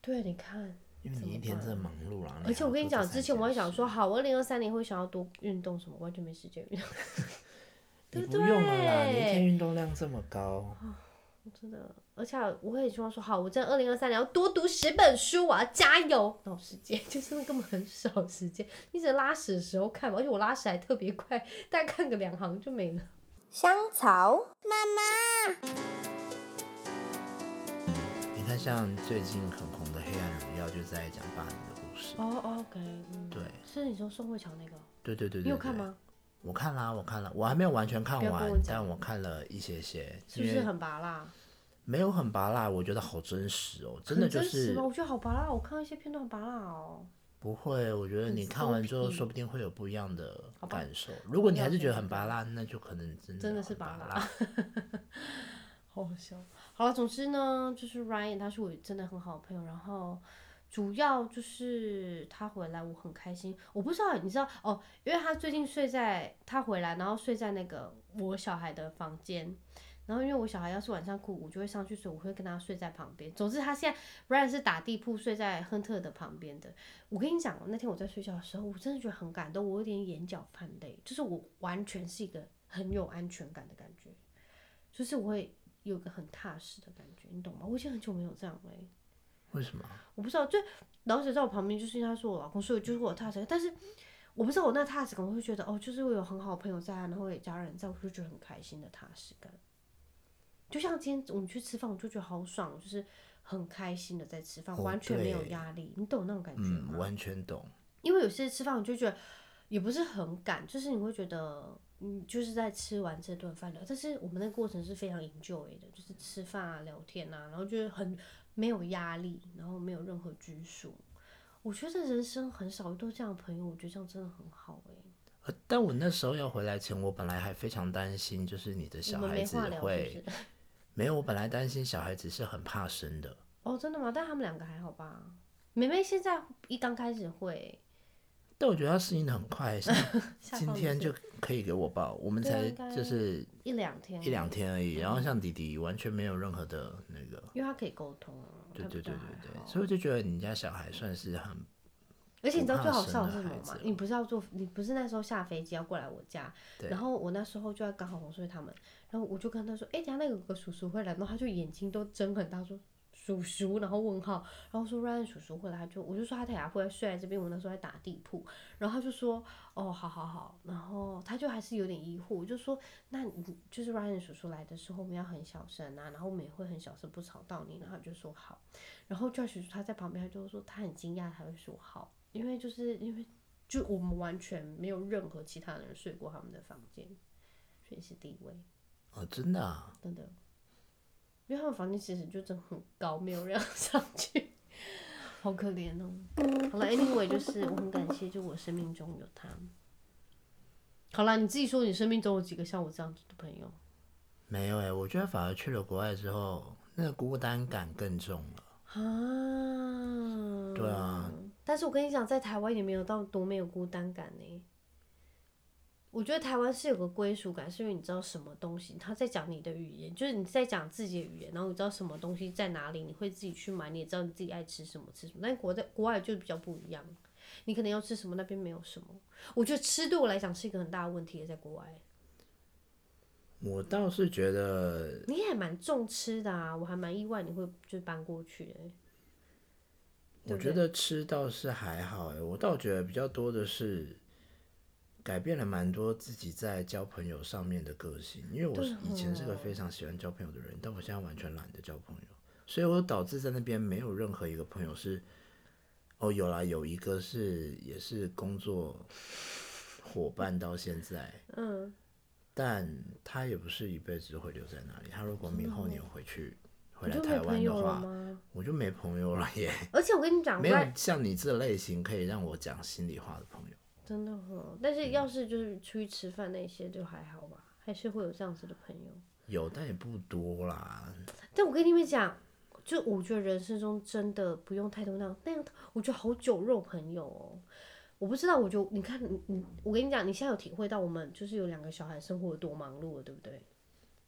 对，你看，因为怎你么一天办真的忙碌了。然后而且我还跟要做这你讲，三之前我还件想事说，，好，我二零二三年会想要多运动什么，完全没时间运动，你对不不用了啦，你一对哦天运动量这么高，真的。而且我也希望说，好，我在二零二三年要多读十本书，我要加油。那种时间 就是那根本很少时间，你只能拉屎的时候看嘛，而且我拉屎还特别快，大概看个两行就没了。香草。你看像最近很红的《黑暗荣耀》就在讲霸凌的故事。哦、o k 嗯，对，是你说宋慧乔那个，对对对对，你有看对？吗？我看啦，我看了，我还没有完全看不要跟完我，讲但我看了一些些，是不因是为很拔辣？没有很拔辣，我觉得好真实哦，真的很就真实是吗？我觉得好拔辣，哦我看到一些片段好拔辣哦。不会，我觉得很你看完之后，松皮说不定会有不一样的好吧感受。如果你我还了是解觉得了很解拔辣，那就可能真的真的的是拔拔辣。好好笑。好了，总之呢，就是 Ryan 他是我真的很好的朋友，然后主要就是他回来我很开心。我不知道你知道哦，因为他最近睡在他回来，然后睡在那个我小孩的房间。然后因为我小孩要是晚上哭，我就会上去睡，我会跟他睡在旁边。总之他现在 Ryan 是打地铺睡在亨特的旁边的。我跟你讲，哦那天我在睡觉的时候，我真的觉得很感动，我有点眼角泛泪，就是我完全是一个很有安全感的感觉，就是我会有个很踏实的感觉，你懂吗？我已经很久没有这样了欸、为什么？我不知道，就老者在我旁边，就是因为他是我老公，所以就是我有踏实感，但是我不知道我那踏实感，我会觉得哦，就是我有很好的朋友在啊，然后有家人在，我就觉得很开心的踏实感。就像今天我们去吃饭，我就觉得好爽，我就是很开心的在吃饭，哦完全没有对压力，你懂那种感觉吗？嗯，完全懂。因为有些吃饭我就觉得也不是很赶，就是你会觉得嗯，就是在吃完这顿饭的，但是我们那个过程是非常 enjoy 的，就是吃饭啊、聊天啊，然后就是很没有压力，然后没有任何拘束。我觉得人生很少遇到这样的朋友，我觉得这样真的很好哎、呃但我那时候要回来前，我本来还非常担心，就是你的我小们孩没子话聊是会不是？ 没有，我本来担心小孩子是很怕生的。哦，真的吗？但他们两个还好吧？妹妹现在一刚开始会，但我觉得他适应的很 快，像下今方天不就是可以给我抱，我们对啊才应该就是一两嗯天，一两，天而已。然后像弟弟完全没有任何的那个，因为他可以沟通啊，对他对比较对还对对，好所以我就觉得你家小孩算是很而且你知道不最怕好生笑的的是什么孩吗子？你不是要坐，你不是那时候下飞机要过来我家，对然后我那时候就在刚好红睡他们，然后我就跟他说，哎、等一下那个有个叔叔会来，然后他就眼睛都睁很大说。叔叔，然后问号，然后说 Ryan 叔叔会来，他就我就说他等下会睡在这边，我那时候在打地铺，然后他就说哦，好好好，然后他就还是有点疑惑，我就说那你就是 Ryan 叔叔来的时候，我们要很小声啊，然后我们也会很小声，不吵到你，然后他就说好，然后 Josh 他在旁边，他就说他很惊讶，他会说好，因为就是因为就我们完全没有任何其他人睡过他们的房间，所以是第一位，哦，真的、啊，真的，因为他们房间其实就真的很高，没有人要 上去，好可怜哦。好了，anyway，就是我很感谢，就我生命中有他。好了，你自己说你生命中有几个像我这样子的朋友？没有哎、我觉得反而去了国外之后，那个孤单感更重了。啊，对啊，但是我跟你讲，在台湾也没有到多没有孤单感呢、我觉得台湾是有个归属感，是因为你知道什么东西，他在讲你的语言，就是你在讲自己的语言，然后你知道什么东西在哪里，你会自己去买，你也知道你自己爱吃什么吃什么。但国在国外就比较不一样，你可能要吃什么，那边没有什么。我觉得吃对我来讲是一个很大的问题，在国外。我倒是觉得，你也蛮重吃的啊，我还蛮意外你会就搬过去的、对我不觉对得吃倒是还好哎、我倒觉得比较多的是改变了蛮多自己在交朋友上面的个性，因为我对是以前是个哦非常喜欢交朋友的人，但我现在完全懒得交朋友，所以我导致在那边没有任何一个朋友是，哦，有啦，有一个是也是工作伙伴到现在，嗯，但他也不是一辈子会留在那里。他如果明后年回去回哦你来就台没湾朋的友了话，吗？我就没朋友了耶。而且我跟你讲，没有外像你这类型可以让我讲心里话的朋友。真的哦，但是要是就是出去吃饭那些就还好吧，还是会有这样子的朋友。有，但也不多啦。但我跟你们讲，就我觉得人生中真的不用太多那样那样，我觉得好酒肉朋友哦。我不知道，我就你看你你，我跟你讲，你现在有体会到我们就是有两个小孩生活有多忙碌了，对不对？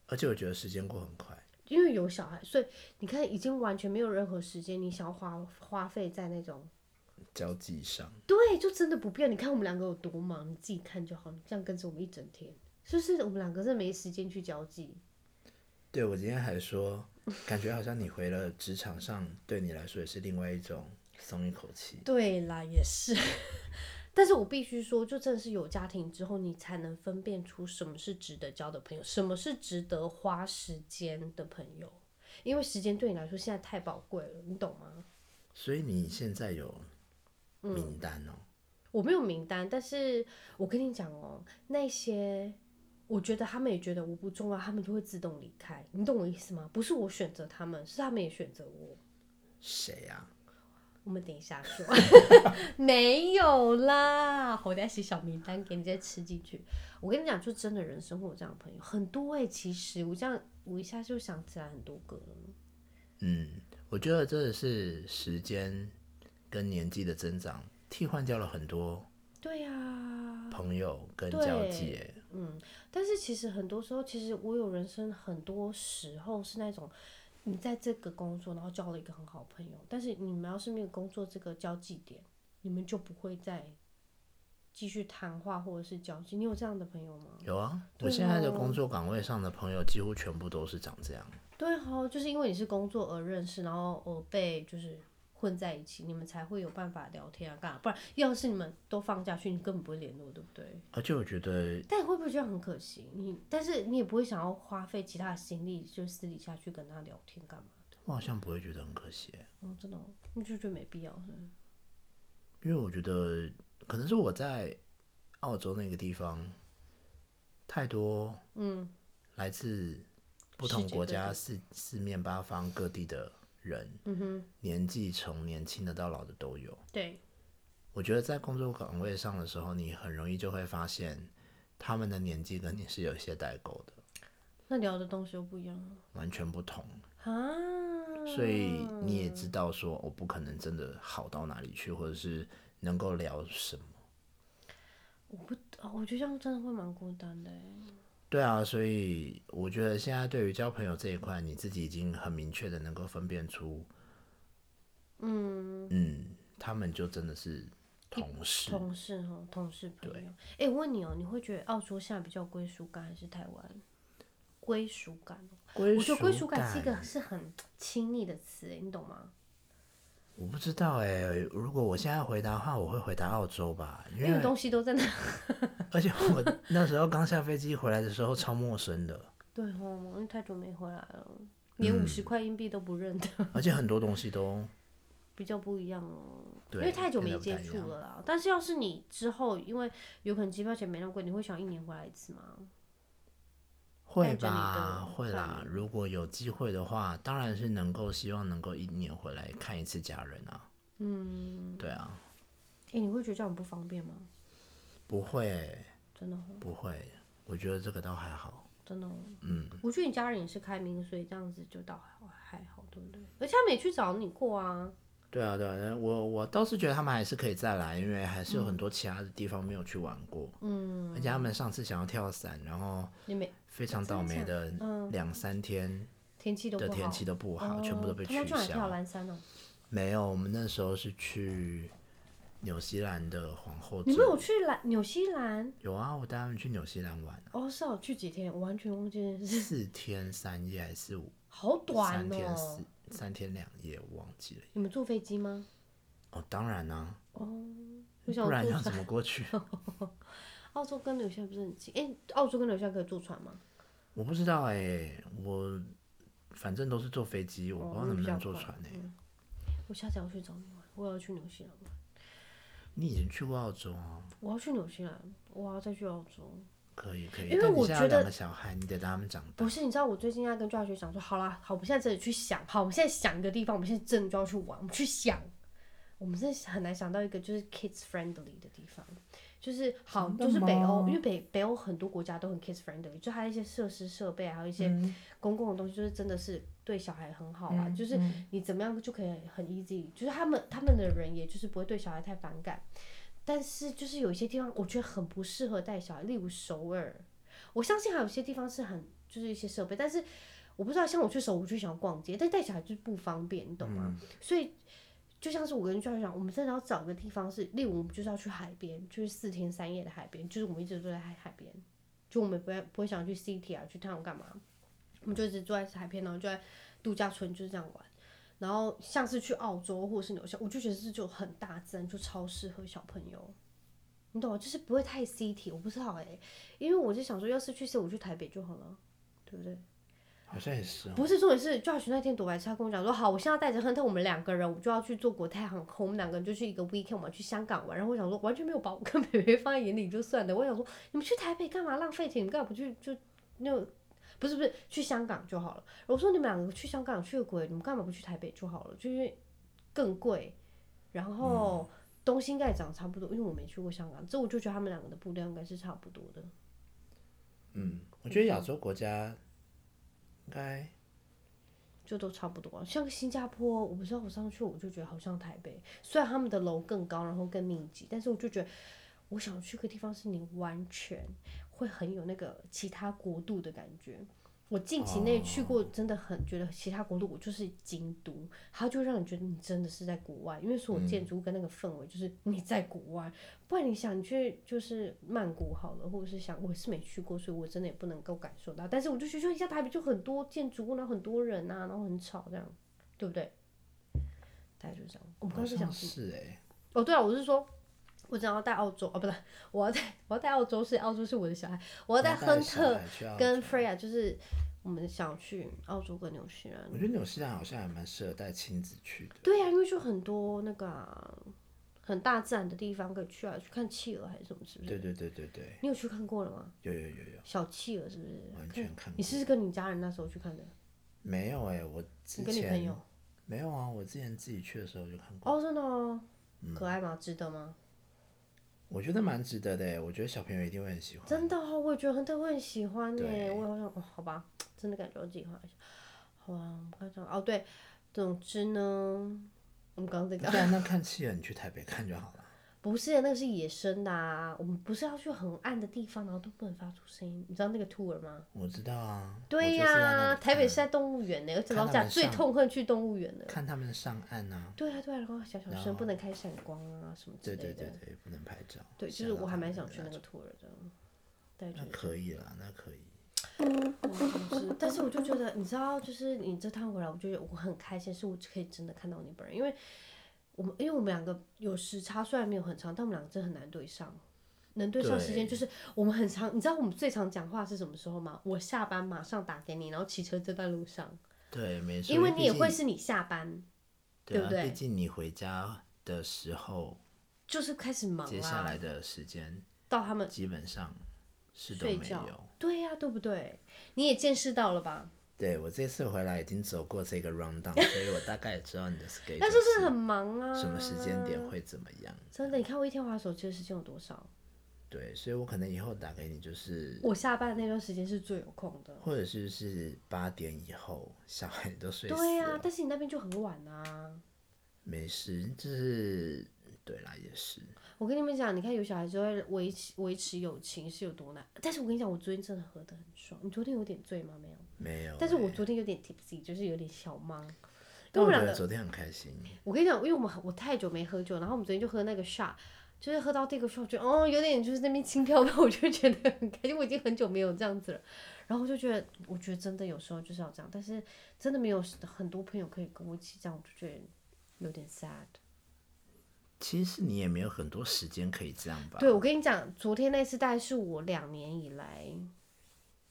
而且我觉得时间过很快，因为有小孩，所以你看已经完全没有任何时间，你想要花花费在那种交际上，对，就真的不变。你看我们两个有多忙，你自己看就好。你这样跟着我们一整天，就是我们两个是没时间去交际。对我今天还说，感觉好像你回了职场上，对你来说也是另外一种松一口气。对啦，也是。 但是我必须说，就真的是有家庭之后，你才能分辨出什么是值得交的朋友，什么是值得花时间的朋友。因为时间对你来说现在太宝贵了，你懂吗？所以你现在有名单哦，我没有名单，但是我跟你讲哦，那些我觉得他们也觉得我不重要，他们就会自动离开。你懂我意思吗？不是我选择他们，是他们也选择我。谁啊？我们等一下说， 没有啦，我等一下写小名单给你再吃进去。我跟你讲，就真的人生会有这样的朋友很多哎、其实我这样，我一下就想起来很多个了。嗯，我觉得真的是时间跟年纪的增长，替换掉了很多对呀、朋友跟对交际耶。嗯，但是其实很多时候，其实我有人生很多时候是那种，你在这个工作，然后交了一个很好的朋友，但是你们要是没有工作这个交际点，你们就不会再继续谈话或者是交际。你有这样的朋友吗？有啊，对我现在的哦工作岗位上的朋友几乎全部都是长这样。对哦，就是因为你是工作而认识，然后而被就是混在一起，你们才会有办法聊天啊，干嘛？不然要是你们都放假去，你根本不会联络，对不对？而且我觉得，但你会不会觉得很可惜？你但是你也不会想要花费其他的心力，就是私底下去跟他聊天干嘛的？我好像不会觉得很可惜耶，哦，真的、哦，你就觉得没必要是不是因为我觉得可能是我在澳洲那个地方太多，嗯，来自不世同界国各家地四四面八方各地的人，嗯哼，年纪从年轻的到老的都有。对，我觉得在工作岗位上的时候，你很容易就会发现他们的年纪跟你是有一些代沟的，那聊的东西又不一样了完全不同。啊。所以你也知道说，我不可能真的好到哪里去，或者是能够聊什么。我不，哦我觉得这样真的会蛮孤单的耶。欸对啊，所以我觉得现在对于交朋友这一块，你自己已经很明确的能够分辨出，嗯，嗯，他们就真的是同事。同事哈，同事朋对友。哎、我问你哦、你会觉得澳洲现在比较有归属感，还是台湾归属感哦？归我觉得归属感感是一个是很亲密的词，哎，你懂吗？我不知道哎、如果我现在回答的话，我会回答澳洲吧，因因为为东西都在那。 而且我那时候刚下飞机回来的时候超陌生的，对哦，因为太久没回来了，连五嗯十块硬币都不认得，而且很多东西都比较不一样哦。因对，为太久没变得接不太一触样。了啦。但是要是你之后，因为有可能机票钱没那么贵，你会想一年回来一次吗？会带着你吧，的会啦伴。侣如果有机会的话，当然是能够希望能够一年回来看一次家人啊。嗯，对啊，哎、你会觉得这样很不方便吗？不会，真的哦，不会，我觉得这个倒还好。真的哦。嗯，我觉得你家人也是开明，所以这样子就倒还好还好，对不对？而且他们也去找你过啊。对啊，对啊，我我倒是觉得他们还是可以再来，因为还是有嗯很多其他的地方没有去玩过。嗯，而且他们上次想要跳伞，然后你没非常倒霉的两三天天气都不的好，天气都不好，全部都被嗯哦他们取去哪里跳消。蓝山哦？没有，我们那时候是去纽西兰的皇后你镇们。有去蓝纽西兰？有啊，我带他们去纽西兰 玩，哦，是哦，去几天？我完全忘记这件事，四天三夜还是五 好短三天哦四。三天两夜，我忘记了。你们坐飞机吗？哦，当然啦、我想不然坐要怎么过 去？澳洲跟纽西兰不是很近？哎、澳洲跟纽西兰可以坐船吗？我不知道哎、我反正都是坐飞机，我不知道那能不哦比较嗯能坐快船哎、我下次要去找你玩，我也要去纽西兰玩，你已经去过澳洲啊？我要去纽西兰，我要再去澳洲。可以可以，因为但你我现在觉有两得个小孩，你得让他们长大不。是，你知道我最近在跟抓学讲说，好啦，好，我们现在真的去想，好，我们现在想一个地方，我们现在真的就要去玩，我们去想。我们真的很难想到一个就是 kids friendly 的地方，就是好，真的就是北欧，吗因为北北欧很多国家都很 kids friendly，就它一些设施设备，啊还有一些嗯公共的东西，就是真的是对小孩很好啊，就是嗯你怎么样就可以很 easy，就是他们他们的人也就是不会对小孩太反感，但是就是有一些地方我觉得很不适合带小孩，例如首尔，我相信还有些地方是很就是一些设备，但是我不知道，像我去首我就想逛街，但带小孩就是不方便，你懂吗？所以就像是我跟教练讲，我们真的要找个地方是，例如我们就是要去海边，就是四天三夜的海边，就是我们一直都在海海边，就我们不会不会想去 city 啊，去 town 干嘛，我们就一直坐在海边，然后就在度假村就是这样玩。然后像是去澳洲或者是纽西兰，我就觉得这就很大自然，就超适合小朋友。你懂吗？就是不会太 city，我不知道哎、因为我就想说，要是去 city，我去台北就好了，对不对？好像也是哦。不是重点是 Josh 那天躲白痴，他跟我讲说，好，我现在带着亨特，我们两个人，我就要去坐国泰航空，我们两个人就去一个 weekend，我们要去香港玩。然后我想说，完全没有把我跟 北北放在眼里就算了。我想说，你们去台北干嘛浪费钱？你们干嘛不去就那个不是不是去香港就好了？我说你们两个去香港去个鬼，你们干嘛不去台北就好了？就因为更贵，然后东西应该也长得差不多，因为我没去过香港，这我就觉得他们两个的步调应该是差不多的。嗯，我觉得亚洲国家应该就都差不多。像新加坡，我不知道我上次去我就觉得好像台北，虽然他们的楼更高，然后更密集，但是我就觉得我想去个地方是你完全会很有那个其他国度的感觉。我近期内去过，真的很觉得其他国度，我就是京都，它就让你觉得你真的是在国外，因为所有建筑物跟那个氛围就是你在国外。不然你想你去就是曼谷好了，或者是想我是没去过，所以我真的也不能够感受到。但是我就觉得像台北就很多建筑物，然后很多人啊，然后很吵这样，对不对？大概就是这样。我们刚好刚是讲像什么？是哎，哦，对啊，我是说，我只要带澳洲哦，不对，我要带我要带澳洲是澳洲是我的小孩，我要带然后亨小特孩去澳跟洲 Freya，就是我们想去澳洲跟纽西兰。我觉得纽西兰好像还蛮适合带亲子去的。对呀、啊因为就很多那个啊、很大自然的地方可以去啊，去看企鹅还是什么，是不是？对对对对对，你有去看过了吗？有有有有，小企鹅是不是？完全看你过。是跟你家人那时候去看的？没有哎，我你之跟你朋前友？没有啊，我之前自己去的时候就看过。嗯哦，真的哦，可爱吗？值得吗？我觉得蛮值得的欸，我觉得小朋友一定会很喜欢。真的哦，我也觉得亨特会很喜欢耶。对我也好想，哦，好吧，真的感觉我自己画一下。好吧，我们刚讲哦，对，总之呢，我们刚刚在对讲，啊，那看企鹅，你去台北看就好了。不是那个是野生的啊，我们不是要去很暗的地方，然后都不能发出声音。你知道那个 tour 吗？我知道啊。对我就是在那呀、里台北看是在动物园呢，而且看老他贾们最上痛恨去动物园的。看他们上岸啊。对啊，对啊，然后小小然声，后不能开闪光啊什么对之类的。对对对，不能拍照。对，就吓是到我还他蛮们想的去那个 tour 的。对，就那是可以啦，那可以。总之，但是我就觉得，你知道，就是你这趟回来，我就觉得我很开心，是我可以真的看到你本人，因为我们因为我们两个有时差，虽然没有很长，但我们两个真的很难对上。能对上时间对就是我们很长，你知道我们最常讲话是什么时候吗？我下班马上打给你，然后骑车这段路上，对，没错。因为毕你也竟会是你下班对对啊不对毕竟你回家的时候，就是开始忙接下啦、来的时间到他们基本上是都睡没觉有。，对呀、对不对？你也见识到了吧？对我这次回来已经走过这个 round down，所以我大概也知 道你的 schedule 但就是很忙啊，什么时间点会怎么样。真的，你看我一天划手机的时间有多少？对，所以我可能以后打给你就是，我下班那段时间是最有空的。或者是是八点以后，小孩都睡死对啊呀、了，但是你那边就很晚啊。没事，就是对啦，也是。我跟你们讲，你看有小孩就会维持维持友情是有多难。但是我跟你讲，我昨天真的喝得很爽。你昨天有点醉吗？没有。没有欸、但是我昨天有点 tipsy，就是有点小忙。因为但我我觉们两得个，昨天很开心，我跟你讲，因为我们我太久没喝酒，然后我们昨天就喝那个 shot，就是喝到这个 shot，觉得哦有点就是那边轻飘飘，我就觉得 很开心。我已经很久没有这样子了，然后我就觉得，我觉得真的有时候就是要这样，但是真的没有很多朋友可以跟我一起这样，我就觉得有点 sad。其实你也没有很多时间可以这样吧？对，我跟你讲，昨天那次大概是我两年以来，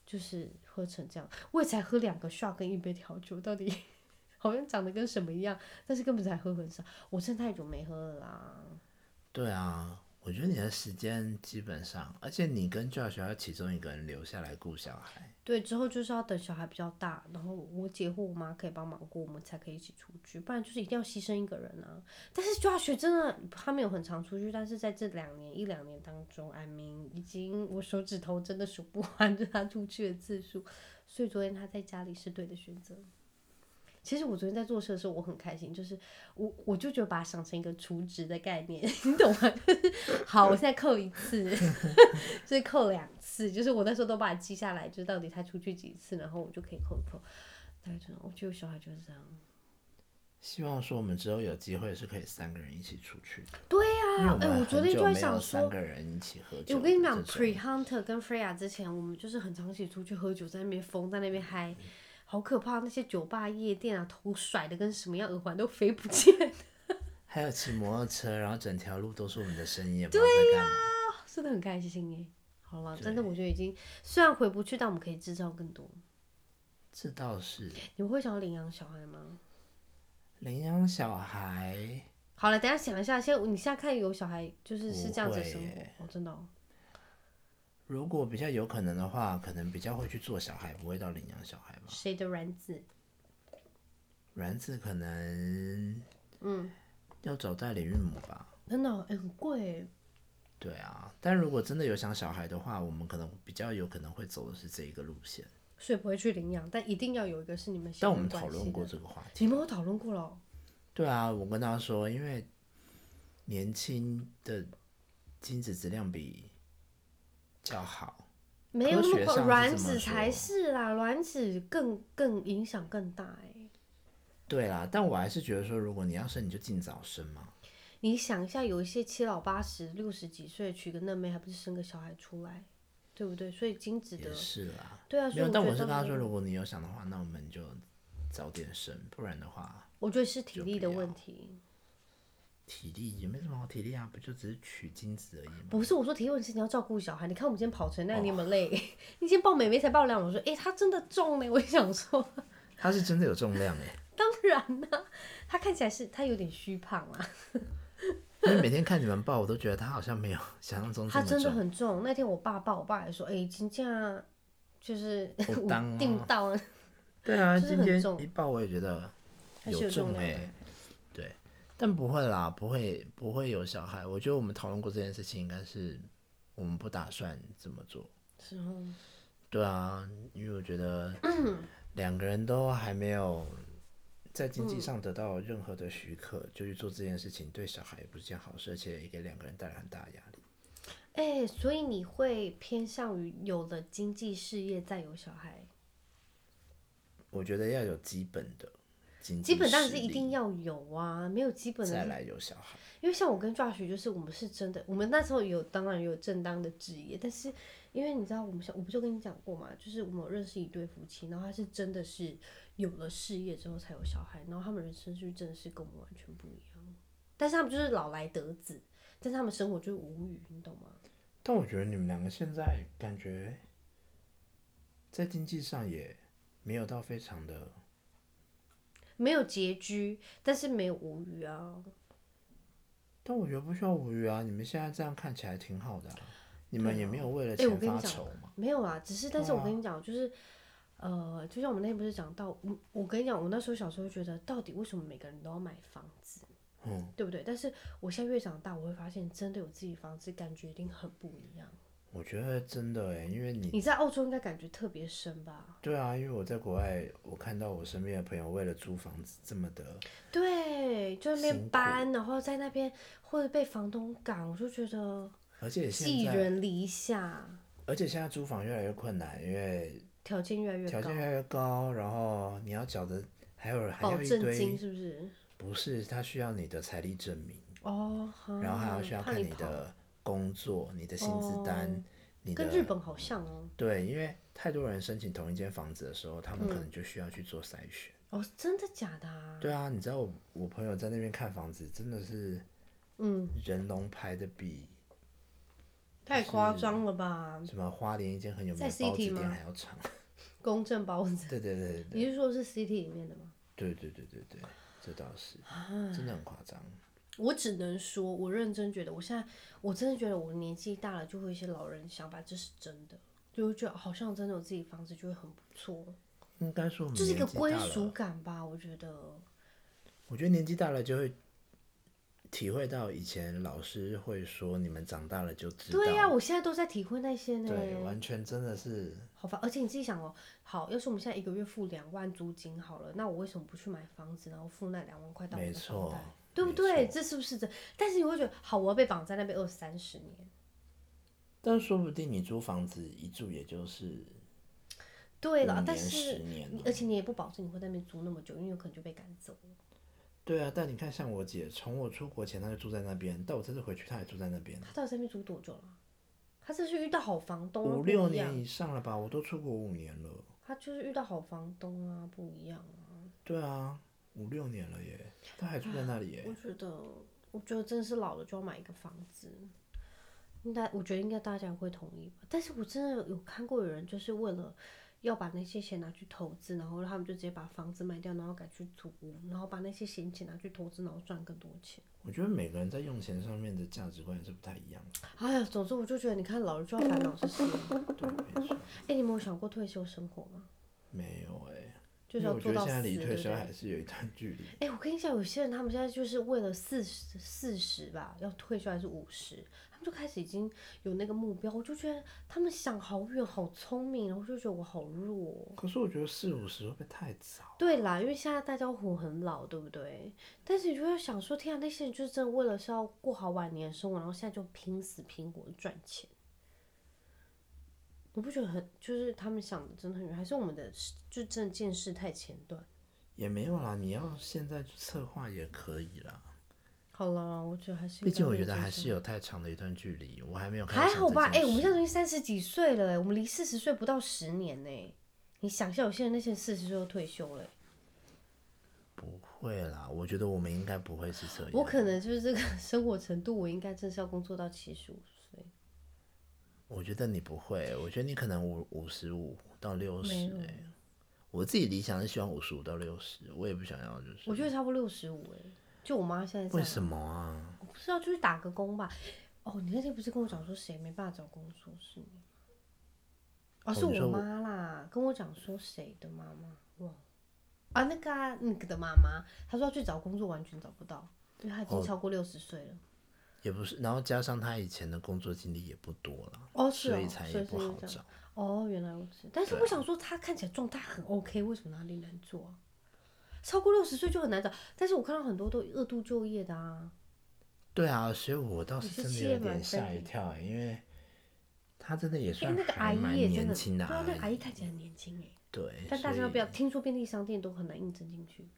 就是喝成这样，我也才喝两个 shot 跟一杯调酒，到底 好像长得跟什么一样，但是根本才喝很少，我真的太久没喝了啦。对啊，我觉得你的时间基本上，而且你跟 Josh 要其中一个人留下来顾小孩，对，之后就是要等小孩比较大，然后我姐或我妈可以帮忙过，我们才可以一起出去，不然就是一定要牺牲一个人啊。但是 Josh 真的他没有很常出去，但是在这两年一两年当中，I mean 已经我手指头真的数不完，就他出去的次数，所以昨天他在家里是对的选择。其实我昨天在做事的时候，我很开心，就是我我就觉得把它想成一个除值的概念， 你懂吗？就是好，我现在扣一次，所以扣两次，就是我那时候都把它记下来，就是到底他出去几次，然后我就可以扣一扣。对，真的，我觉得我小孩就是这样。希望说我们之后有机会是可以三个人一起出去的，对呀、因为我哎、们我昨很天久就在没有想三说，个人一起喝酒的这欸种。我跟你讲，Pre Hunter 跟 Freya 之前，我们就是很常一起出去喝酒，在那边疯，在那边嗨，嗯好可怕！那些酒吧、夜店啊，头甩的跟什么样，耳环都飞不见， 还有骑摩托车，然后整条路都是我们的声音，也不知道在干啊嘛。真的很开心哎。好了，真的，我觉得已经虽然回不去，但我们可以制造更多。这倒是你们会想要领养小孩吗？领养小孩，好了，等一下想一下，先你现在看有小孩就是是这样子的生不会耶活，哦，真的、哦。如果比较有可能的话，可能比较会去做小孩，不会到领养小孩吧。谁的卵子？卵子可能嗯，要找代理孕母吧。真的、哦，哎、很贵耶。对啊，但如果真的有想小孩的话，我们可能比较有可能会走的是这一个路线。所以不会去领养，但一定要有一个是你们血但我缘们关讨论系过的这个话题。你们有讨论过了哦、对啊，我跟他说，因为年轻的精子质量比较好，没有那科学么上快，是卵这么子才说是啦，卵子更更影响更大哎、对啦，但我还是觉得说，如果你要生，你就尽早生嘛。你想一下，有一些七老八十、六十几岁娶个嫩妹，还不是生个小孩出来，对不对？所以精子的也，是啦，对啊，没所以有。我但觉我得是跟他到时说，候如果你有想的话，那我们就早点生，不然的话，我觉得是体就力的不要问题，体力也没什么好体力啊，不就只是取精子而已 吗？不是我说体力问题，是你要照顾小孩。你看我们今天跑成哦那样，你有没有累？ 你今天抱妹妹才抱两，我说，诶，哎她真的重呢，我就想说， 它是真的有重量哎、当然啦、她看起来是她有点虚胖啊。因为每天看你们抱，我都觉得它好像没有 想象中这它么真的重。很重。那天我爸抱，我爸还说：“哎、金价 就是有我重哦 定到啊。对啊，就是今很天重一抱我也觉得还是有重重量哎、的对，但不会啦，不会不会有小孩。我觉得我们讨论过这件事情，应该是我们不打算这么做。”时候对啊，因为我觉得嗯两个人都还没有在经济嗯上得到任何的许可，就去做这件事情，对小孩也不是件好事，而且也给两个人带来很大的压力。哎、所以你会偏向于有了经济事业再有小孩？我觉得要有基本的经济基实力，本当然是一定要有啊，没有基本再的，来有小孩。因为像我跟 Josh 就是我们是真的，我们那时候有当然有正当的职业，但是因为你知道我们想，我不就跟你讲过嘛，就是我们有认识一对夫妻，然后他是真的是有了事业之后才有小孩，然后他们人生就真的是跟我们完全不一样，但是他们就是老来得子，但是他们生活就是无语，你懂吗？但我觉得你们两个现在感觉在经济上也没有到非常的，没有拮据，但是没有无语啊。但我觉得不需要无语啊。你们现在这样看起来挺好的、啊，你们也没有为了哎我钱跟你发讲愁嘛。没有啦，只是但是对我啊跟你讲，就是呃，就像我们那天不是讲到，我我跟你讲，我那时候小时候觉得，到底为什么每个人都要买房子，嗯，对不对？但是我现在越长大，我会发现，真的有自己房子，感觉一定很不一样。我觉得真的哎，因为你你在澳洲应该感觉特别深吧？对啊，因为我在国外，我看到我身边的朋友为了租房子这么的，对，就那辛边苦搬，然后在那边会被房东赶，我就觉得而且寄现在，人篱下，而且现在租房越来越困难，因为条件越来越条高件，越来越高，然后你要缴的还有还保有一证堆，金是不是？不是他需要你的财力证明，哦，然后还好要需要怕看你你跑的工作、你的薪资单、哦你跟日的本好像哦。对，因为太多人申请同一间房子的时候，他们可嗯能就需要去做筛选。哦，真的假的啊？对啊，你知道我我朋友在那边看房子，真的是嗯，人龙排的比。太夸张了吧？什么花莲一间很有名的在包子 City 店吗还要长，公正包子，对对对对你是说是 City 里面的吗？对对对对对，这倒是，啊真的很夸张。我只能说，我认真觉得，我现在我真的觉得我年纪大了，就会有一些老人想法，这是真的。就会觉得好像真的有自己房子就会很不错，应该说我们就是一个嗯年纪归大属了，感吧。我觉得，我觉得年纪大了就会体会到以前老师会说你们长大了就知道，对呀、我现在都在体会那些呢。对完全真的是好吧，而且你自己想哦，好，要是我们现在一个月付两万租金好了，那我为什么不去买房子，然后付那两万块当我没的房错贷，，对不没对？错？这是不是这？但是你会觉得，好，我要被绑在那边二三十年。但说不定你租房子一住也就是对了五，但年是十年你啊而且你也不保证你会在那边租那么久，因为有可能就被赶走了。对啊，但你看，像我姐，从我出国前她就住在那边，到我这次回去她也住在那边，他到底在那边租多久了啊？他这是遇到好房东啊，五不六一样年以上了吧？我都出国五年了。他就是遇到好房东啊，不一样啊。对啊，五六年了耶，她还住在那里耶我。觉得，我觉得真的是老了就要买一个房子，应该我觉得应该大家会同意吧。但是我真的有看过有人就是为了要把那些钱拿去投资，然后他们就直接把房子卖掉，然后改去租屋，然后把那些闲钱拿去投资，然后赚更多钱。我觉得每个人在用钱上面的价值观是不太一样的。哎呀，总之我就觉得，你看老了就要烦恼 这些。对，没错，哎、你们有想过退休生活吗？没有哎，就因为是要我觉做得到现死，在对离不退休对还是有一段距离。哎、我跟你讲，有些人他们现在就是为了四十四十吧，要退休还是五十，他们就开始已经有那个目标。我就觉得他们想好远，好聪明，然后我就觉得我好弱哦。可是我觉得四五十会不会太早？对啦，因为现在大家活很老，对不对？但是你就会想说，天啊，那些人就是真的为了是要过好晚年的生活，然后现在就拼死拼活地赚钱。我不觉得很，就是他们想的真的很远，还是我们的视就真的见识太前端。也没有啦，你要现在去策划也可以啦。好啦，我觉得还是应毕竟该我认觉得真还生是有太长的一段距离，我还没有开还始想好这吧？件哎、我们事现在已经三十几岁了、哎，我们离四十岁不到十年呢、你想一下，有些人那些四十岁都退休了、哎不会啦，我觉得我们应该不会是这样。我可能就是这个 生活程度，我应该正是要工作到七十五岁。我觉得你不会，我觉得你可能五五十五到六十、没有欸。我自己理想是希望五十五到六十，我也不想要就是。我觉得差不多六十五哎，就我妈现在这为样，什么啊？我不知道，就是打个工吧。哦，你那天不是跟我讲说谁没办法找工作是你吗？哦，哦是你说我我妈啦，跟我讲说谁的妈妈忘了啊，那个啊，那个的妈妈，她说要去找工作，完全找不到，因为她已经哦超过六十岁了。也不是，然后加上他以前的工作经历也不多了，哦，是所哦，以才所也以不是好这样找。哦，原来如此。但是对我啊想说，他看起来状态很 OK，为什么哪里难做啊？超过六十岁就很难找，但是我看到很多都二度就业的啊。对啊，所以我倒你是是真的企业有点满分吓一跳、欸，因为他真的也哎、算那个阿啊还蛮姨也真年的，轻的对啊，那个阿姨姨看起来很年轻哎、对，但大所家以不要听说便利商店都很难应征进去。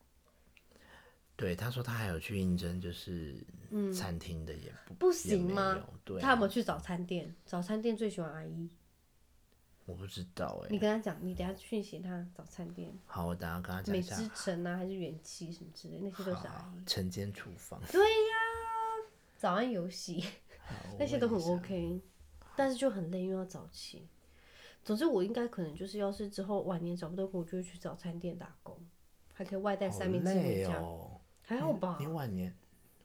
对，他说他还有去应征，就是嗯餐厅的也不、不不行吗？对啊、他有没有去早餐店？早餐店最喜欢阿姨。我不知道哎、你跟他讲，你等一下讯息他早餐店好，我等下跟他讲美一下之。城啊，还是元气什么之类，那些都是阿好姨。，晨间厨房，对呀、早安游戏。好哦我那些问都一很下 OK，但是就很累，因为要早起。总之，我应该可能就是，要是之后晚年找不到工，我就会去早餐店打工，还可以外带好三明治回累家，哦。还好吧你？晚年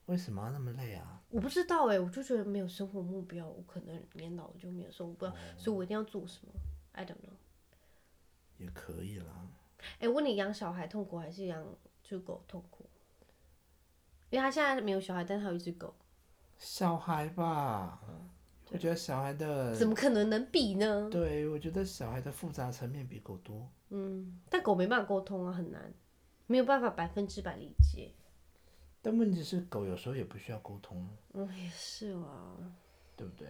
为什么要那么累啊？我不知道哎、我就觉得没有生活目标，我可能年老了就没有生活目标，所以我一定要做什么？I 哦 don't know。也可以啦，哎、问你养小孩痛苦还是养就是狗痛苦？因为他现在没有小孩，但他有一只狗，小孩吧，我觉得小孩的怎么可能能比呢？对，我觉得小孩的复杂层面比狗多。嗯，但狗没办法沟通啊，很难，没有办法百分之百理解。但问题是，狗有时候也不需要沟通，嗯，也是啦。对不对？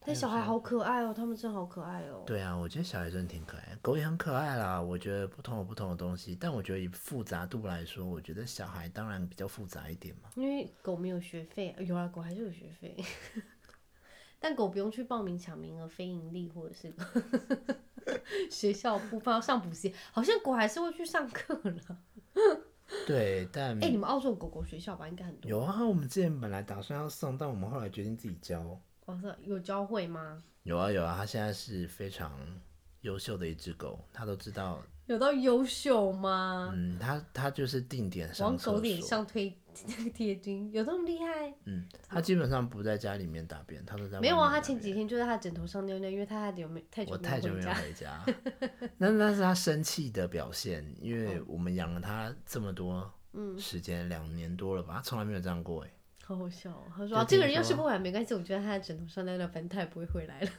但小孩好可爱哦，他们真的好可爱哦。对啊，我觉得小孩真的挺可爱，狗也很可爱啦。我觉得不同有不同的东西，但我觉得以复杂度来说，我觉得小孩当然比较复杂一点嘛。因为狗没有学费，有啊，狗还是有学费， 但狗不用去报名抢名额、非盈利或者是 学校部分要上补习，好像狗还是会去上课啦。嗯对，但哎、你们澳洲有狗狗学校吧，应该很多。有啊，我们之前本来打算要送，但我们后来决定自己教。我说有教会吗？有啊有啊，它现在是非常优秀的一只狗，它都知道，有到优秀吗？嗯，它它就是定点嗯上往厕狗脸所，上推 贴金，有那么厉害？嗯，它基本上不在家里面大便，它都在没有啊，外面他大前便几天就在他枕头上尿尿，因为他太久没太久我没太久回没有家。回家， 那那是它生气的表现，因哦为我们养了它这么多嗯时间，两年多了吧，它从来没有这样过哎，好好笑、哦！他就说、啊、这个听人要是说不玩没关系，我觉得他在枕头上尿尿，反正他也不会回来了，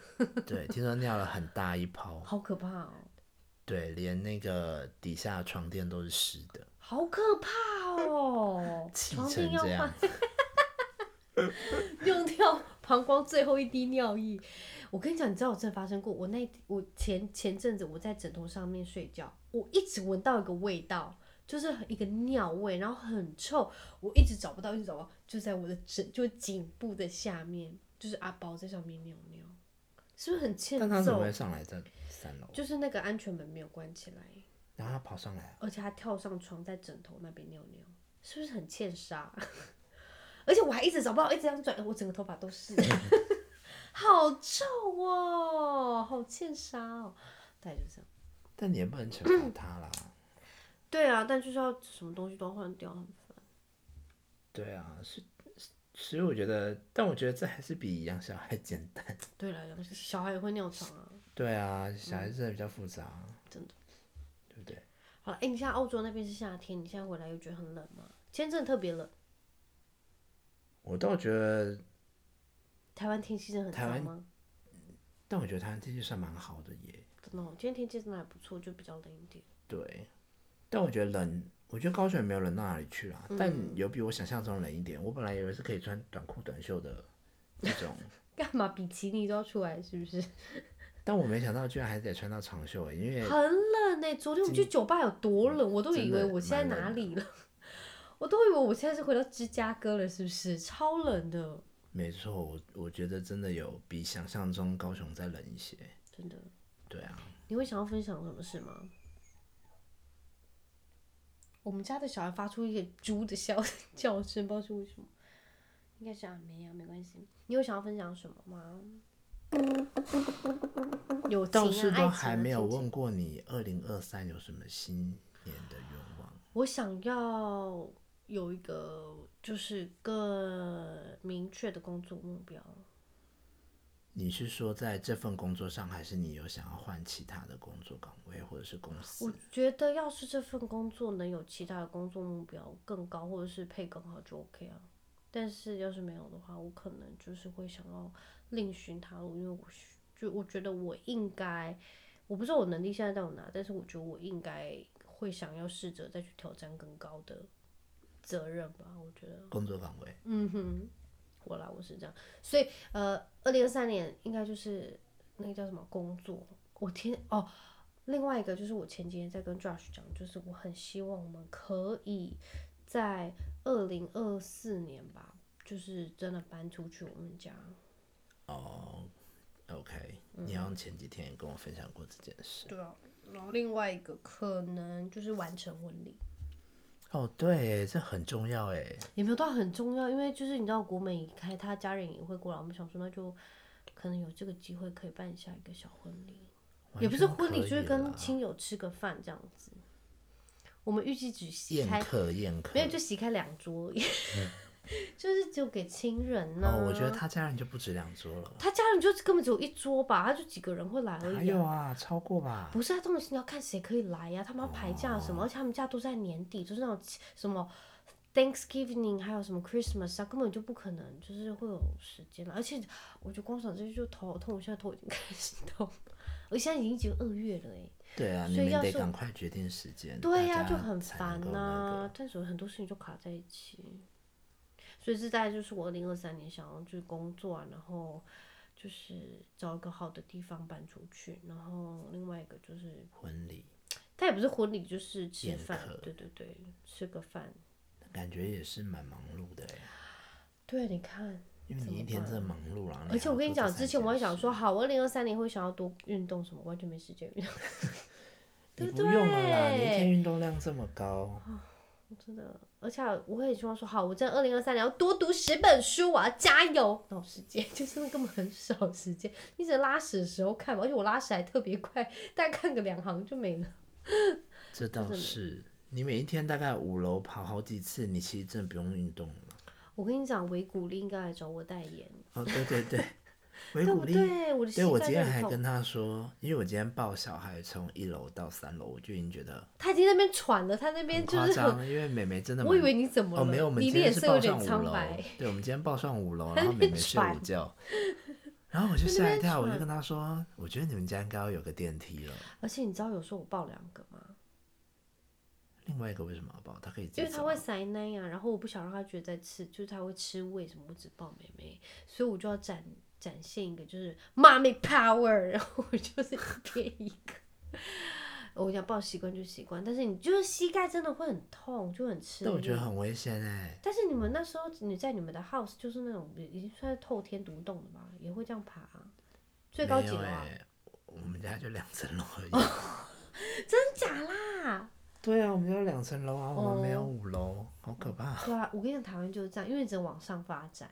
对，听说尿了很大一泡，好可怕哦，对，连那个底下的床垫都是湿的，好可怕哦！气床成垫要这样 换，用掉膀胱最后一滴尿液。我跟你讲，你知道我真的发生过，我那我前前阵子我在枕头上面睡觉，我一直闻到一个味道，就是一个尿味，然后很臭，我一直找不到，一直找不到，就在我的枕就颈部的下面，就是阿包在上面尿尿，是不是很欠但他怎么揍会？上来在三楼？就是那个安全门没有关起来，然后他跑上来啊，而且他跳上床在枕头那边尿尿，是不是很欠杀？ 而且我还一直找不到，一直这样转，我整个头发都是， 好臭哦，好欠杀哦。大概就这样。但你也不能惩罚他啦。对啊，但就是要什么东西都要换掉，很烦。对啊，是，是所以我觉得，但我觉得这还是比养小孩简单。对了，养小孩也会尿床啊。对啊，小嗯孩真的比较复杂，啊真的。对不对？好了，哎、你现在澳洲那边是夏天，你现在回来又觉得很冷吗？今天真的特别冷，我倒觉得，台湾天气真的很台糟湾吗？但我觉得台湾天气算蛮好的耶。真的、哦，今天天气真的还不错，就比较冷一点。对，但我觉得冷，我觉得高雄没有冷到哪里去嗯啦，但有比我想象中冷一点。我本来以为是可以穿短裤短袖的那种， 干嘛比基尼都要出来，是不是？但我没想到居然还得穿到长袖耶，因为很冷呢、欸昨天我们去酒吧有嗯多冷，我都以为我现在哪里了，我都以为我现在是回到芝加哥了，是不是？超冷的，没错，我我觉得真的有比想象中高雄再冷一些。真的。对啊，你会想要分享什么事吗？我们家的小孩发出一个猪的叫 叫声，不知道是为什么，应该是阿梅啊，没关系。你有想要分享什么吗？嗯友情啊，倒爱是情都啊还没有亲情问过你，二零二三有什么新年的愿望？我想要有一个就是更明确的工作目标，你是说在这份工作上，还是你有想要换其他的工作岗位或者是公我司？觉得要是这份工作能有其他的工作目标更高，或者是配更好就 OK 啊。但是要是没有的话，我可能就是会想要另寻他路，因为我需就我觉得我应该，我不知道我能力现在到哪，但是我觉得我应该会想要试着再去挑战更高的责任吧，我觉得。工作岗位？嗯哼，我啦，我是这样，所以呃，二零二三年应该就是那个叫什么工作，我天哦，另外一个就是我前几天在跟 Josh 讲，就是我很希望我们可以在二零二四年吧，就是真的搬出去我们家，哦，OK，你嗯好像前几天也跟我分享过这件事。对啊，然后另外一个可能就是完成婚礼，哦，对，这很重要哎。也没有到很重要，因为就是你知道国美一开，他家人也会过来，我们想说那就可能有这个机会可以办下一个小婚礼。也不是完全婚礼，可就是以跟啦亲友吃个饭这样子。我们预计只席宴开，客宴客没。有就席开两桌而已， 就是就给亲人呢、嗯哦，我觉得他家人就不止两桌了。他家人就根本只有一桌吧，他就几个人会来而哪已有啊、啊？哦超过吧？不是，啊他重点是你要看谁可以来啊呀、他们要排假什么，而且他们假都在年底，就是那种七什么 Thanksgiving，还有什么 Christmas 啊，根本就不可能，就是会有时间了。而且我就光想这些就头好痛，我现在头已经开始痛，我现在已经只有二月了哎、对啊，所以你们要得是赶快决定时间。对呀、呀、就很烦啊呐、呐、但是有很多事情就卡在一起，所以这大概就是我二零二三年想要就是工作、啊，然后就是找一个好的地方搬出去，然后另外一个就是，婚礼它也不是婚礼，就是吃宴饭客，对对对，吃个饭。感觉也是蛮忙碌的哎，对，你看，哦因为怎你一么天办真的忙碌啦。而且我跟你讲，之前我还也想说，，好，我二零二三年会想要多运动什么，完全没时间运动，你对不不用了啦，你一对天运动量这么高，真的。而且我会很希望说，好，我在二零二三年要多读十本书，我要加油。那种时间 就是那根本很少时间，你只能拉屎的时候看嘛，而且我拉屎还特别快，大概看个两行就没了。这倒的是。你每一天大概五楼跑好几次，你其实真的不用运动了。我跟你讲，维骨力应该来找我代言，哦，对对 对，维对骨不力。对？哎我的膝对，我盖今天都还很痛。跟他说，因为我今天抱小孩从一楼到三楼，我就已经觉得他已经在那边喘了，他那边很就夸是 很，张，因为妹妹真的蛮，我以为你怎么了？哦没有，我们你今天脸是色有抱点上五苍楼白。，对，我们今天抱上五 楼，在然后那妹边妹睡午喘觉，然后我就在那吓一边跳，我就喘跟他说，我觉得你们家应该要有个电梯了，而且你知道有时候我抱两个吗？另外一个为什么要爆？他可以自己因为他找会啊塞奶呀、然后我不想让他觉得在吃，就是他会吃味什么，我只抱妹妹，所以我就要展展现一个就是妈咪 power，然 后我就是一边一个。我想抱习惯就习惯，但是你就是膝盖真的会很痛，就很吃力。但我觉得很危险哎、但是你们那时候你在你们的 house 就是那种已经算是透天独栋的吧，也会这样爬、啊，最高没几有楼啊？哦哎、我们家就两层楼而已。真假啦？对啊，我们家两层楼啊，我们没有哦五楼，好可怕。对啊，我跟你讲，台湾就是这样，因为你只能往上发展，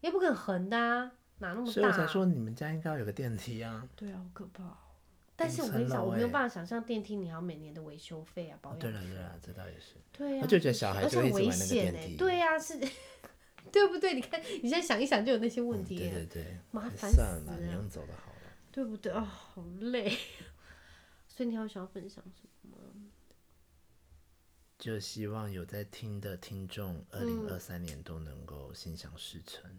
也不可能横的啊，哪那么大、啊？所以我才说你们家应该要有个电梯啊。对啊，好可怕、哦。但是我层跟你讲，楼我没有欸办法想象电梯你还要每年的维修费啊、保哦养。对了对了，这倒也是。对呀、我就觉得小孩而且就会一很直危玩那个险电哎、梯。对呀、是， 对不对？你看，你现在想一想就有那些问嗯题对耶、对对，麻哎烦算了死啦，了你用走的好了。对不对？啊、好累。 所以你还有想要分享什么？就希望有在听的听众，二零嗯二三年都能够心想事成。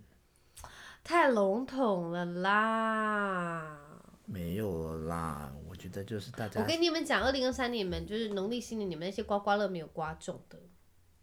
太笼统了啦！没有啦，我觉得就是大家我跟你们讲，二零二三年你们就是农历新年，你们那些刮刮乐没有刮中的，你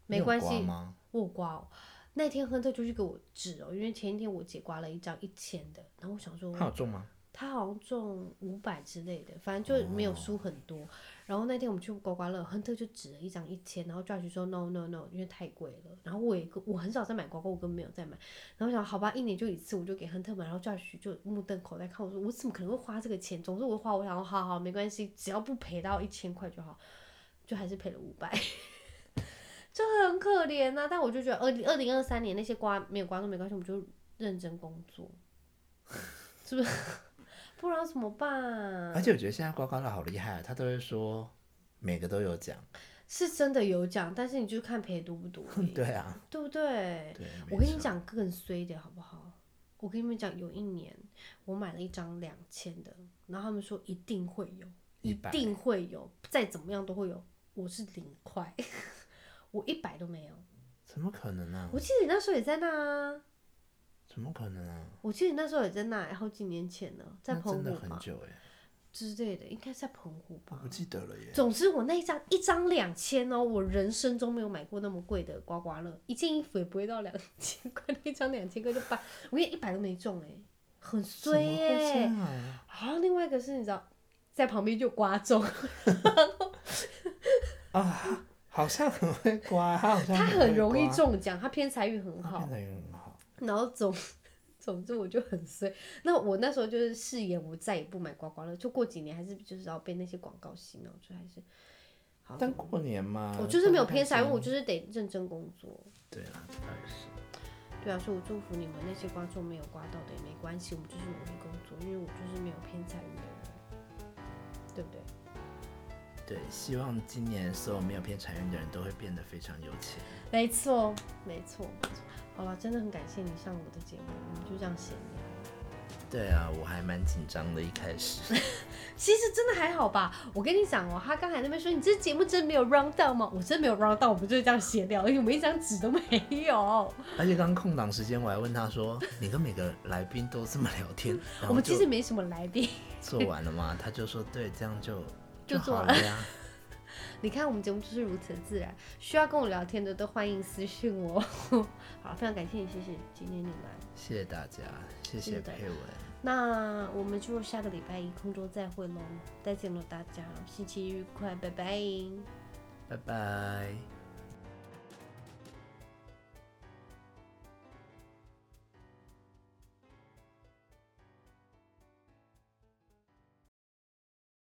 没有关刮系，吗？我有刮哦。那天亨特就去给我指哦，因为前一天我姐刮了一张一千的，然后我想说他有中吗？他好像中五百之类的，反正就没哦有输很多。然后那天我们去刮刮乐，亨特就指了一张一千，然后 Josh 说 no no no，因为太贵了。然后我也跟我很少在买刮刮，我根本没有在买。然后我想好吧，一年就一次，我就给亨特买。然后 Josh 就目瞪口呆看我说，我怎么可能会花这个钱？总之我花，我想说好好没关系，只要不赔到一千块就好，就还是赔了五百。 就很可怜呐、但我就觉得二零二零二三年那些刮没有刮都没关系，我们就认真工作， 是不是？ 不然怎么办？而且我觉得现在刮刮乐好厉害啊，他都会说每个都有奖。是真的有奖，但是你就看赔多不多而已， 对啊，对不对？对。我没跟你错，讲更衰的好不好？我跟你们讲，有一年我买了一张两千的，然后他们说一定会有，一100定会有，再怎么样都会有。我是零块， 我一百都没有。怎么可能啊？我记得你那时候也在那啊，怎么可能啊？我记得你那时候也在那，好几年前了，在那澎真的湖很吧久哎，之类的，应该在澎湖我吧不。记得了耶。总之，我那一张一张两千哦，我人生中没有买过那么贵的刮刮乐，一件衣服也不会到两千块，那一张两千块就八，我连一百都没中哎、很怎么衰会耶、这样啊？然后另外一个是你知道，在旁边就刮中，啊，好像很会刮，他好像他很容易会刮，中奖，他偏财运很他好变，得也很好。然后总 总之我就很衰。那我那时候就是誓言，我再也不买刮刮乐，就过几年还是就是要被那些广告洗脑，就还是好。但过年嘛，我就是没有大家偏财运，开我心就是得认真工作。对啦，这倒也是。对啊，所以我祝福你们那些观众没有刮到的也没关系，我们就是努力工作，因为我就是没有偏财运的人，对不对？对，希望今年所有没有偏财运的人都会变得非常有钱。没错，没错，没错。好了，真的很感谢你上我的节目，我们就这样闲聊。对啊，我还蛮紧张的，一开 始。其实真的还好吧，我跟你讲哦，他刚才那边说你这节目真没有 round down 吗？我真没有 round down，我们就是这样闲聊，因为我们一张纸都没有。而且刚空档时间，我还问他说：“你跟每个来宾都这么聊天， 然我后们其实就没什么来宾，做完了吗？”他就说：“对，这样就就做好了了呀。你看我们节目就是如此自然，需要跟我聊天的都欢迎私讯我。 好，非常感谢你，谢谢今天你来。”谢谢大家，谢是谢的佩文，那我们就下个礼拜一空中再会喽，再见了大家，星期一愉快，拜拜。拜拜。